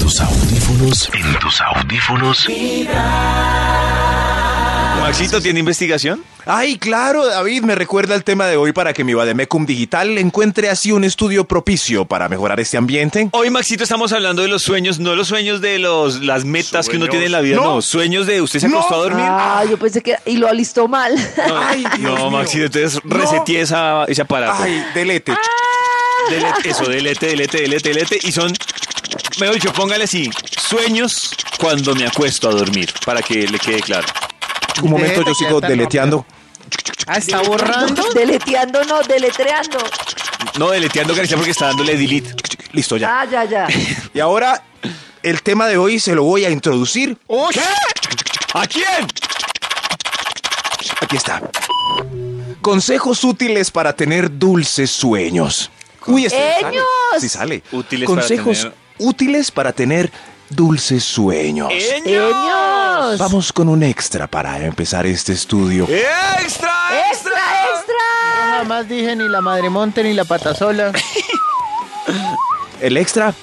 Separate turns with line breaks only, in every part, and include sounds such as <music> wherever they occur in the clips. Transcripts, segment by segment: tus audífonos. En tus audífonos.
Maxito, ¿tiene investigación?
Ay, claro, David, me recuerda el tema de hoy para que mi Bademecum Digital encuentre así un estudio propicio para mejorar este ambiente.
Hoy, Maxito, estamos hablando de los sueños, no los sueños de los, las metas que uno
Sueños.
tiene en la vida, no,
No.
sueños de usted se
No.
acostó a dormir.
Ah, yo pensé que. Y lo alistó mal.
No,
Ay, Dios
no
mío.
Maxito, entonces
No.
reseteé esa, ese aparato.
Ay, delete.
Delete, eso, delete, delete, delete, delete. Y son, mejor dicho, póngale así, sueños cuando me acuesto a dormir, para que le quede claro.
Un momento, yo sigo deleteando.
Ah,
<laughs>
está borrando.
Deleteando, no, deletreando.
No deleteando, García, porque está dándole delete.
Listo ya.
Ah, ya, ya.
Y ahora, el tema de hoy se lo voy a introducir.
Uy,
¿A quién?
Aquí está. Consejos útiles para tener dulces sueños. Uy, este sale.
¡Eños!
Sí sale.
Útiles para
Consejos
tener-
útiles para tener dulces sueños.
¡Eños!
Vamos con un extra para empezar este estudio.
¡Extra!
¡Extra, extra!
jamás dije ni la madre monte ni la pata sola.
El extra,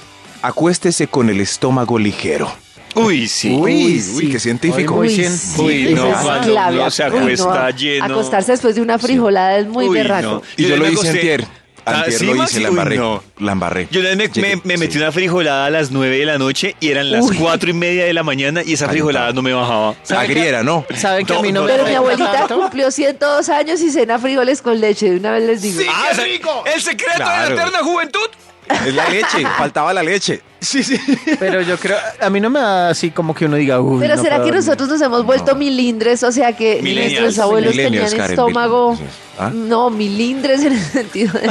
acuéstese con el estómago ligero.
Uy, sí.
Uy,
sí.
uy, qué científico.
Uy,
sí,
científico.
Uy, no,
esa es
cuando
clave.
uno se
Uy, no,
acuesta lleno.
Acostarse después de una frijolada es muy
Uy, no.
berraco.
Y yo,
Yo
lo
me
hice
acosté-
antier.
Ah,
Antier
¿sí,
lo hice,
Maxi? Uy,
la embarré.
no.
La embarré.
Yo una vez me,
Llegué-
me- me
sí.
metí una frijolada a las 9 de la noche y eran las
Uy.
4 y media de la mañana y esa frijolada no me bajaba.
¿Sabe qué?
Agriera, ¿no?
¿Saben que a mí no,
No,
me
Pero mi
afecta
abuelita
tanto?
cumplió 102 años y cena frijoles con leche. De una vez les digo.
¡Ah, rico! ¡El secreto
Claro.
juventud!
Es
<laughs>
la leche. Faltaba la leche. Sí, sí.
Pero yo creo, a mí no me da así como que uno diga, uy,
Pero
no
será
puedo
que
dormir.
nosotros nos hemos vuelto milindres, o sea que
Millennials.
nuestros abuelos
Millennials,
tenían
Karen,
estómago,
millennials, ¿ah?
no, milindres en el sentido de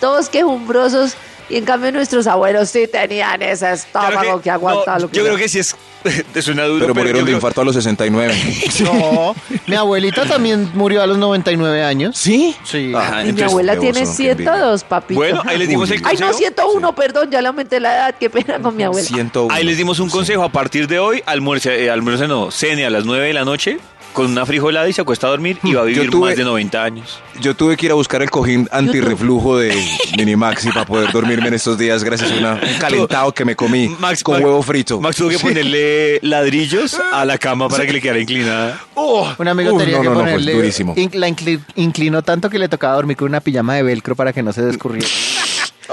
todos quejumbrosos, y en cambio nuestros abuelos sí tenían ese estómago que, aguanta lo que
Yo
sea.
creo que sí es. <laughs> Te suena duro,
Pero murieron
yo
de
creo-
infarto a los
<laughs>
69.
No, mi abuelita también murió a los 99 años.
¿Sí?
Sí.
Ah,
Y mi
entonces,
abuela
qué
tiene
oso, qué envidia.
102, papito.
Bueno, ahí les dimos el
Ay,
consejo.
no, 101, perdón, ya le aumenté la edad, qué pena con mi abuela.
101.
Ahí les dimos un consejo. A partir de hoy, almuerza, eh, almuerza no, cene a las 9 de la noche con una frijolada y se acuesta a dormir y va a
Yo
vivir
tuve-
más de 90 años.
Yo tuve que ir a buscar el cojín antirreflujo
<laughs>
de Minimaxi para poder dormirme en estos días gracias a una- un calentado que me comí
Max,
con
Max-
huevo frito.
Max tuvo que ponerle ladrillos a la cama para que le quedara inclinada.
Un amigo
Uf,
tenía
no,
que
no, no, pues,
ponerle.
durísimo.
in- la incli- inclinó tanto que le tocaba dormir con una pijama de velcro para que no se descurriera.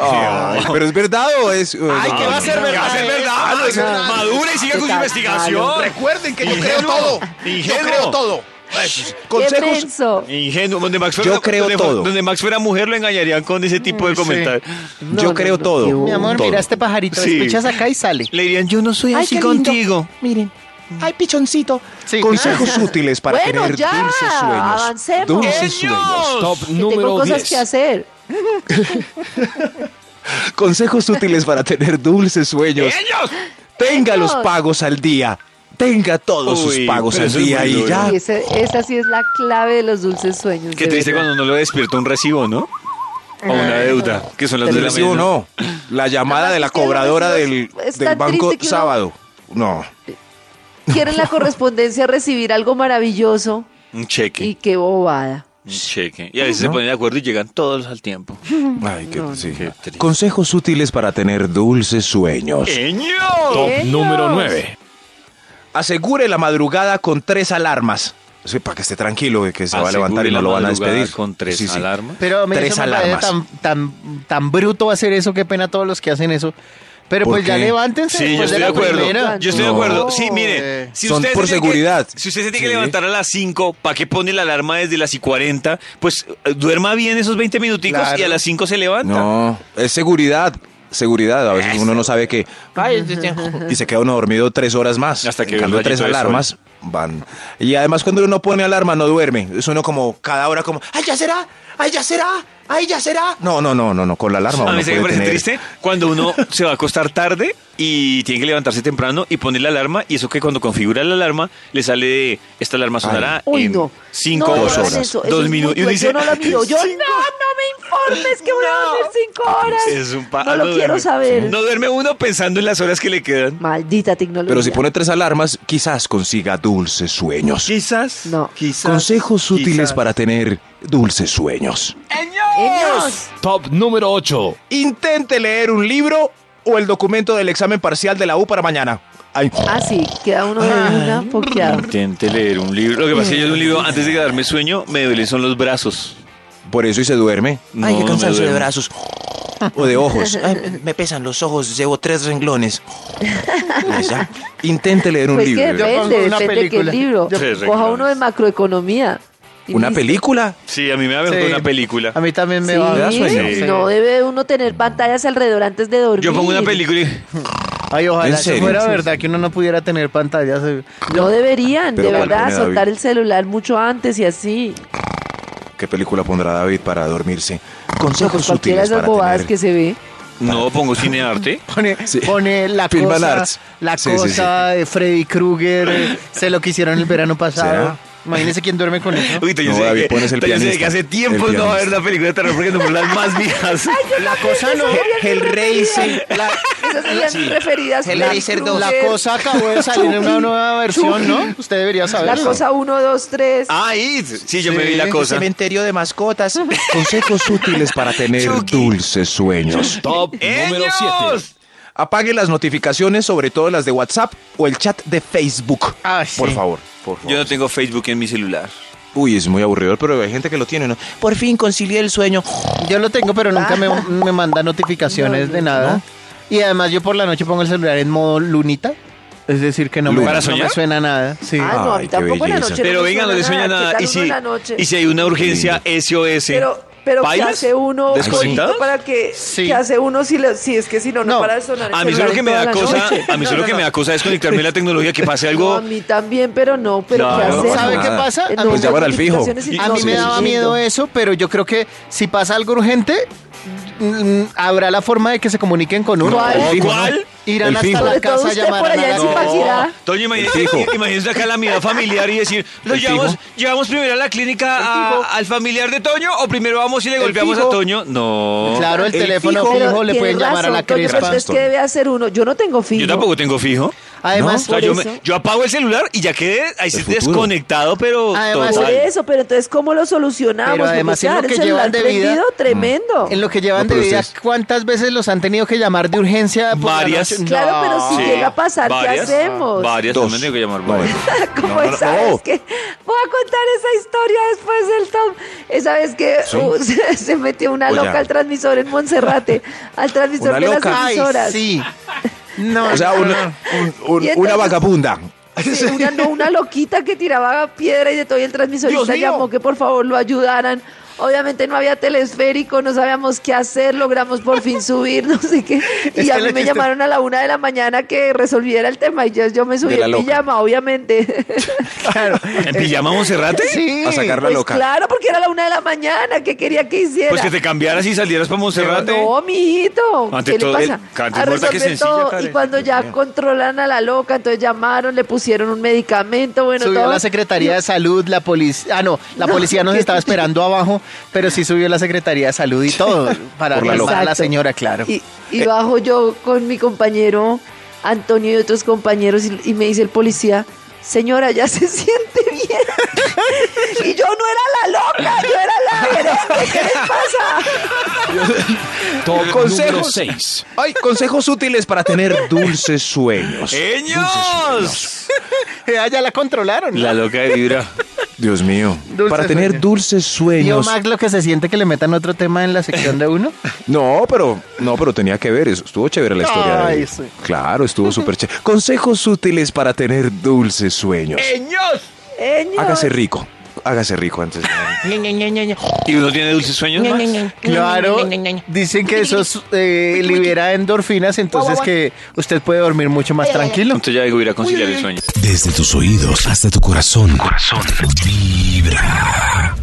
Ay, pero es verdad o es...
Ay, ¿qué va a ser
¿Qué va a ser
¿eh?
verdad?
verdad?
Ah,
Pues,
no, no.
Madura y siga con su
Está
investigación.
malo.
Recuerden que
yo creo todo. Yo creo
todo.
Qué
Consejos...
menso.
Ingenuo, pues, donde Max fuera,
Yo creo
donde,
todo.
donde Max fuera mujer lo engañarían con ese tipo de
Sí.
comentarios.
No,
yo
no,
creo
no,
todo.
qué bo-
Mi amor,
Todo.
mira este pajarito,
Sí.
escuchas acá y sale.
Le dirían, yo no soy así contigo.
Miren. Ay, pichoncito.
Sí.
Consejos útiles para
Bueno,
tener
ya,
dulces sueños.
avancemos.
Dulces sueños.
Top.
Que tengo cosas que hacer.
Consejos útiles para tener dulces sueños. Tenga los
Sueños.
pagos al día. Tenga todos
Uy,
sus pagos
pero
al
eso es
día
muy
y
duro.
ya.
Y ese- esa sí es la clave de los dulces sueños.
Ah. Qué
de
triste
verdad.
cuando no lo despierta un recibo, ¿no? O una deuda, que son las
El
dos de la
recibo
mañana.
no. La llamada
Además,
de
es
la
que los
cobradora del,
recibos es
del
tan
banco
triste que uno- Mm.
sábado. No.
<laughs>
Quieren la correspondencia recibir algo maravilloso
Un cheque.
y qué bobada.
Un cheque. Y a veces se ponen de acuerdo y llegan todos al tiempo.
Ay, qué- sí.
Qué triste. Eh,
Consejos útiles para tener dulces sueños.
¡Eño!
Top
Ellos.
número 9.
Asegure la madrugada con tres alarmas. Sí, para que esté tranquilo de que se va a
Asegure
levantar y no
la
lo van a
madrugada
despedir.
Con tres
Sí, sí.
alarmas.
Pero a mí
Tres
eso me parece
alarmas.
tan, tan, tan bruto hacer eso, qué pena todos los que hacen eso. Pero
¿Por
pues ya
qué?
levántense.
Sí, yo
después
estoy de
la
acuerdo.
primera.
Yo estoy de
No.
acuerdo. Sí, mire.
Eh,
Si
Son
usted se
por
tiene que-
seguridad.
si usted se tiene que
Sí.
levantar a las 5, ¿para qué pone la alarma desde las y 40? Pues eh, duerma bien esos 20 minuticos
Claro.
y a las 5 se levanta.
No, es seguridad. Seguridad. A veces uno no sabe qué. Y se queda uno dormido tres horas más.
Hasta que ve
En
un
cambio, tres
rayito de
alarmas van. Y además, cuando uno pone alarma, no duerme. Es uno como cada hora, como, ¡ay, ya será! ¡ay, ya será! ¡ay, ya será! No, no, no, no, no. Con la alarma
A
uno
mí se me
puede
parece
tener.
triste cuando uno se va a acostar tarde y tiene que levantarse temprano y pone la alarma y eso que cuando configura la alarma le sale de esta alarma sonará
Uy,
en
no.
5
No, no
horas,
hagan eso, eso
2
es muy
minutos. Y
cruel,
uno dice,
yo no lo
<laughs>
miro. Yo, no, no me informes que voy a dormir cinco horas.
Es un pa-
no lo quiero
duerme.
saber.
No duerme uno pensando en las horas que le quedan.
Maldita tecnología.
Pero si pone tres alarmas, quizás consiga dulces sueños.
Quizás.
No.
Quizás.
Consejos útiles
quizás.
para tener dulces sueños.
¡Ellos!
Top número 8.
Intente leer un libro o el documento del examen parcial de la U para mañana. Ay.
Ah, sí, queda uno de una poqueado.
Intenté leer un libro. Lo que pasa es que yo leo un libro antes de quedarme sueño, me duelen son los brazos.
Por eso y se duerme.
No, no me duermo.
brazos. O de ojos. Ay, me pesan los ojos, llevo tres renglones. Y ya. Intente leer un
Pues que
libro.
pongo
depende,
una
depende de qué
película.
libro.
Yo- Tres
Coja
renglones.
uno de macroeconomía. y
¿Una
listo.
película?
Sí, a mí me da mejor
Sí.
una película.
A mí también me
Sí,
va a dar
sueño. Sí.
No debe uno tener pantallas alrededor antes de dormir.
Yo pongo una película y...
Ay,
¿En
ojalá si
serio?
fuera verdad que uno no pudiera tener pantallas. eh.
No deberían,
Pero
de
¿cuál
verdad,
pone David?
soltar el celular mucho antes y así.
¿Qué película pondrá David para dormirse?
No,
Consejos
pues cualquiera
sutiles
de esas
para
bobadas
tener.
que se ve.
No, pongo cinearte.
Pone,
Sí.
pone la
Film and
cosa,
Arts.
la
Sí, sí,
cosa de Freddy Krueger, eh, sé lo que hicieron el verano pasado.
¿Será?
Imagínese quién duerme con eso.
Uy, te- yo
No,
sé
David,
que-
pones el
te- Yo sé que
pianista.
hace tiempo
El
no va a haber
pianista.
una película de terror porque no son las más viejas.
La cosa no.
Hellraiser. la-
Esas serían referidas
Se le
Black
dice el dos.
La
Kruger,
cosa acabó de salir en una nueva versión, ¿no? Usted debería
La
saberlo.
cosa 1, 2, 3.
Ah, It. Sí, yo me vi la
el
cosa.
Cementerio de mascotas. <laughs> Consejos útiles para tener
Chucky.
dulces sueños.
Top número 7.
¡Ellos!
Apague las notificaciones, sobre todo las de WhatsApp o el chat de Facebook.
Ah, sí.
Por favor, por favor.
Yo no tengo Facebook en mi celular.
Uy, es muy aburrido, pero hay gente que lo tiene, ¿no? Por fin concilié el sueño.
Yo lo tengo, pero
<laughs>
nunca me, me manda notificaciones de nada. Y además yo por la noche pongo el celular en modo lunita. Es decir, que no, me,
¿Para
no
soñar?
me suena nada. Sí.
Ah, no, a mí
Ay, qué
tampoco en la
belleza.
noche.
Pero
me
venga, no le sueña
¿Qué
nada.
tal
Y
uno
si,
en la noche?
y si hay una urgencia SOS.
Pero, pero ¿qué
¿Bailas?
hace uno?
¿Desconectadas?
pollito, para que,
Sí.
¿Qué hace uno si, le- si es que si no, no,
No.
para de sonar? el
A mí solo
celular
que me
toda
da
la
cosa,
noche?
a mí solo que me da cosa desconectarme de la tecnología, que pase
No,
algo.
a mí también, pero no. ¿Pero
Claro,
qué
no
hace?
pasa
¿Sabe qué
nada.
pasa?
Eh,
A
no,
mí
Pues llamar al fijo.
notificaciones y
Y-
A
no,
mí me
sí,
daba
sí,
miedo
no.
eso, pero yo creo que si pasa algo urgente, mm, habrá la forma de que se comuniquen con uno.
¿Cuál?
El fijo,
¿Cuál?
¿no?
Irán
El
hasta
fijo.
la
Sobre todo
casa,
usted
llamarán
por
a
allá
la-
en Zipaquirá.
Toño, imagínese, imagínese acá la mirada familiar y decir, ¿lo
<laughs> El
llevamos,
fijo.
llevamos primero a la clínica a- al familiar de Toño o primero vamos y le golpeamos
fijo.
a Toño? No.
Claro, el,
El
teléfono
fijo.
fijo,
Pero
le
tiene
pueden llamar a la
razón, Toño,
crespa.
pero entonces, ¿qué debe hacer uno? Yo no tengo fijo.
Yo tampoco tengo fijo.
Además,
O sea,
Por
yo, me-
eso.
yo apago el celular y ya quedé ahí sí
futuro.
desconectado, pero
Además,
Por
total.
eso, pero entonces, ¿cómo lo solucionamos?
Pero
Porque
además, en
claro,
lo que
el celular
llevan de vida- Mm.
prendido, tremendo.
en lo que llevan
No,
de
pero
vida,
ustedes-
¿cuántas veces los han tenido que llamar de urgencia? por la
Varias.
noche?
Claro, pero si
Sí.
llega a pasar, ¿qué
Varias,
hacemos?
Varias,
Dos.
también tengo que llamar
No,
varias.
¿Cómo
No,
es?
no,
¿Sabes
no.
qué? Voy a contar esa historia después del top. Esa vez que uh, se, <laughs> se metió una
Pues
Oye.
loca al transmisor en Monserrate, al transmisor
Una
de las
loca.
Ay,
emisoras.
sí. No,
O sea,
no,
una,
no.
un- un-
Y entonces-
una vagabunda.
Sí, una, no, una loquita que tiraba piedra y de todo y el transmisorista
Dios mío.
llamó que por favor lo ayudaran. Obviamente no había telesférico, no sabíamos qué hacer, logramos por fin subir, no sé qué. Y
Es
a
que
mí
lo
me
chiste-
llamaron a la una de la mañana que resolviera el tema y yo, yo me subí
De la
en
loca.
pijama, obviamente.
Claro.
¿En pijama Monserrate?
Sí.
A sacar la
<laughs> Pues
loca.
claro, porque era la una de la mañana, que quería que hiciera?
Pues que te cambiaras y salieras para Monserrate.
No, mijito.
Ante
¿Qué
todo,
le
el-
pasa?
antes
A
muerta que
resolver
sencilla,
todo. Y
Karen.
cuando ya controlan a la loca, entonces llamaron, le pusieron un medicamento, bueno,
subió
todo.
la Secretaría de Salud, la policía. Ah, no, la
No,
policía <laughs> nos
¿qué?
estaba esperando abajo, pero sí subió la Secretaría de Salud y <laughs> todo para
Por la
calmar a la
Exacto.
señora, claro.
Y, y bajo yo con mi compañero Antonio y otros compañeros y, y me dice el policía, señora, ya se <laughs> siente bien. y yo no era la loca, yo era la gerente, ¿qué les pasa?
Top número
Consejos.
6.
Ay, consejos útiles para tener dulces sueños.
Eh, ¡Eños!
Ah, ya la controlaron.
La loca de vibra.
Dios mío.
Dulces
para tener
sueños.
dulces
Yo,
sueños.
Max, lo que se siente que le metan otro tema en la sección de uno.
No, pero no, pero tenía que ver. eso. Estuvo chévere la historia. de
Ay,
David.
sí.
Claro,
<laughs>
estuvo súper chévere. Consejos útiles para tener dulces sueños.
¡Eños!
Señor.
Hágase rico. Hágase rico antes. de-
¿Y uno tiene dulces sueños más?
<laughs> Claro, dicen que eso es, eh, libera endorfinas, entonces que usted puede dormir mucho más tranquilo.
Entonces ya digo ir a conciliar el sueño.
Desde tus oídos hasta tu corazón. Corazón. Vibra.